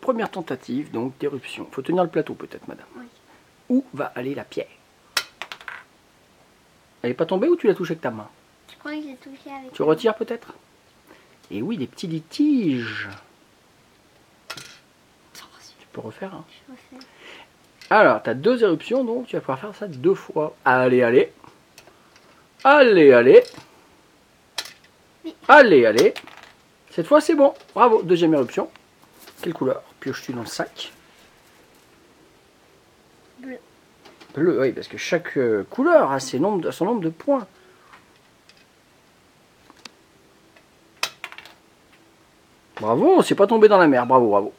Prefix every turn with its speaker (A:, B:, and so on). A: Première tentative, donc d'éruption. Faut tenir le plateau peut-être, madame.
B: Oui.
A: Où va aller la pierre Elle n'est pas tombée ou tu la touches avec ta main
B: Je crois que j'ai touché avec.
A: Tu retires peut-être Et oui, des petits litiges. Tu peux refaire. hein.
B: Je refais.
A: Alors, tu as deux éruptions, donc tu vas pouvoir faire ça deux fois. Allez, allez. Allez, allez.
B: Oui.
A: Allez, allez. Cette fois, c'est bon. Bravo. Deuxième éruption. Quelle couleur pioches-tu dans le sac
B: Bleu.
A: Bleu, oui, parce que chaque euh, couleur a, ses nombres, a son nombre de points. Bravo, c'est pas tombé dans la mer. Bravo, bravo.